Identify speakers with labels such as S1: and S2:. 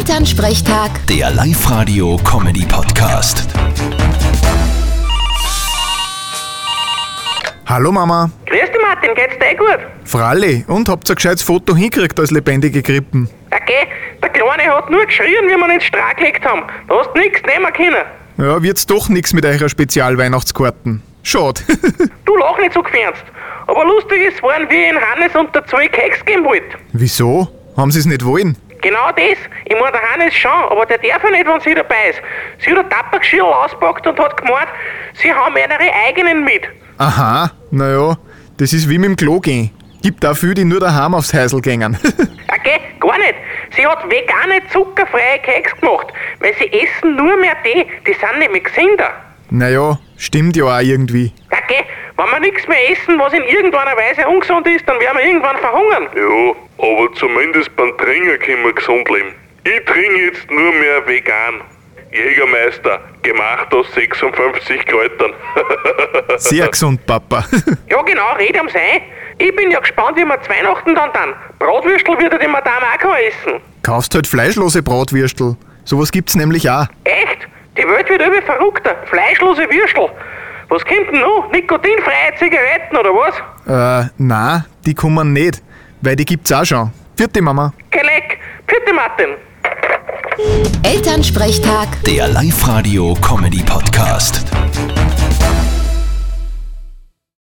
S1: Elternsprechtag,
S2: Der Live-Radio-Comedy-Podcast.
S3: Hallo Mama.
S4: Grüß dich Martin, geht's dir eh gut?
S3: Fralli, und habt ihr ein gescheites Foto hingekriegt als lebendige Krippen?
S4: Okay, der Kleine hat nur geschrien, wie wir ihn ins Strahl gelegt haben. Da hast du nichts nehmen können.
S3: Ja, wird's doch nix mit eurer Spezialweihnachtskarten. Schade.
S4: Du lach nicht so gefernst. Aber lustig ist waren, wie ich in Hannes und der zwei Keks geben wollte.
S3: Wieso? Haben sie's nicht wollen?
S4: Genau das. Ich meine, der Hannes schon, aber der darf ja nicht, wenn sie dabei ist. Sie hat ein Tabakschirr auspackt und hat gemeint, sie haben ihre eigenen mit.
S3: Aha, naja, das ist wie mit dem Klo gehen. Gibt auch viele, die nur daheim aufs Häusl gängen.
S4: Okay, gar nicht. Sie hat vegane, zuckerfreie Keks gemacht, weil sie essen nur mehr die, die sind nämlich gesünder.
S3: naja, stimmt ja auch irgendwie.
S4: Okay, wenn wir nichts mehr essen, was in irgendeiner Weise ungesund ist, dann werden wir irgendwann verhungern.
S5: Ja, aber zumindest beim Trinken können wir gesund leben. Ich trinke jetzt nur mehr vegan. Jägermeister, gemacht aus 56 Kräutern.
S3: Sehr gesund, Papa.
S4: Ja genau, red am Sein. Ich bin ja gespannt, wie wir zu Weihnachten dann dann. Bratwürstel wird ja die Madame auch kein essen.
S3: Kaufst halt fleischlose Bratwürstel. Sowas gibt's nämlich auch.
S4: Echt? Die Welt wird immer verrückter. Fleischlose Würstel. Was kommt denn noch? Nikotinfreie Zigaretten oder was?
S3: Äh, na, die kommen nicht. Weil die gibt's auch schon. Vierte Mama.
S4: Geleck. Vierte Martin.
S1: Elternsprechtag.
S2: Der Live-Radio-Comedy-Podcast.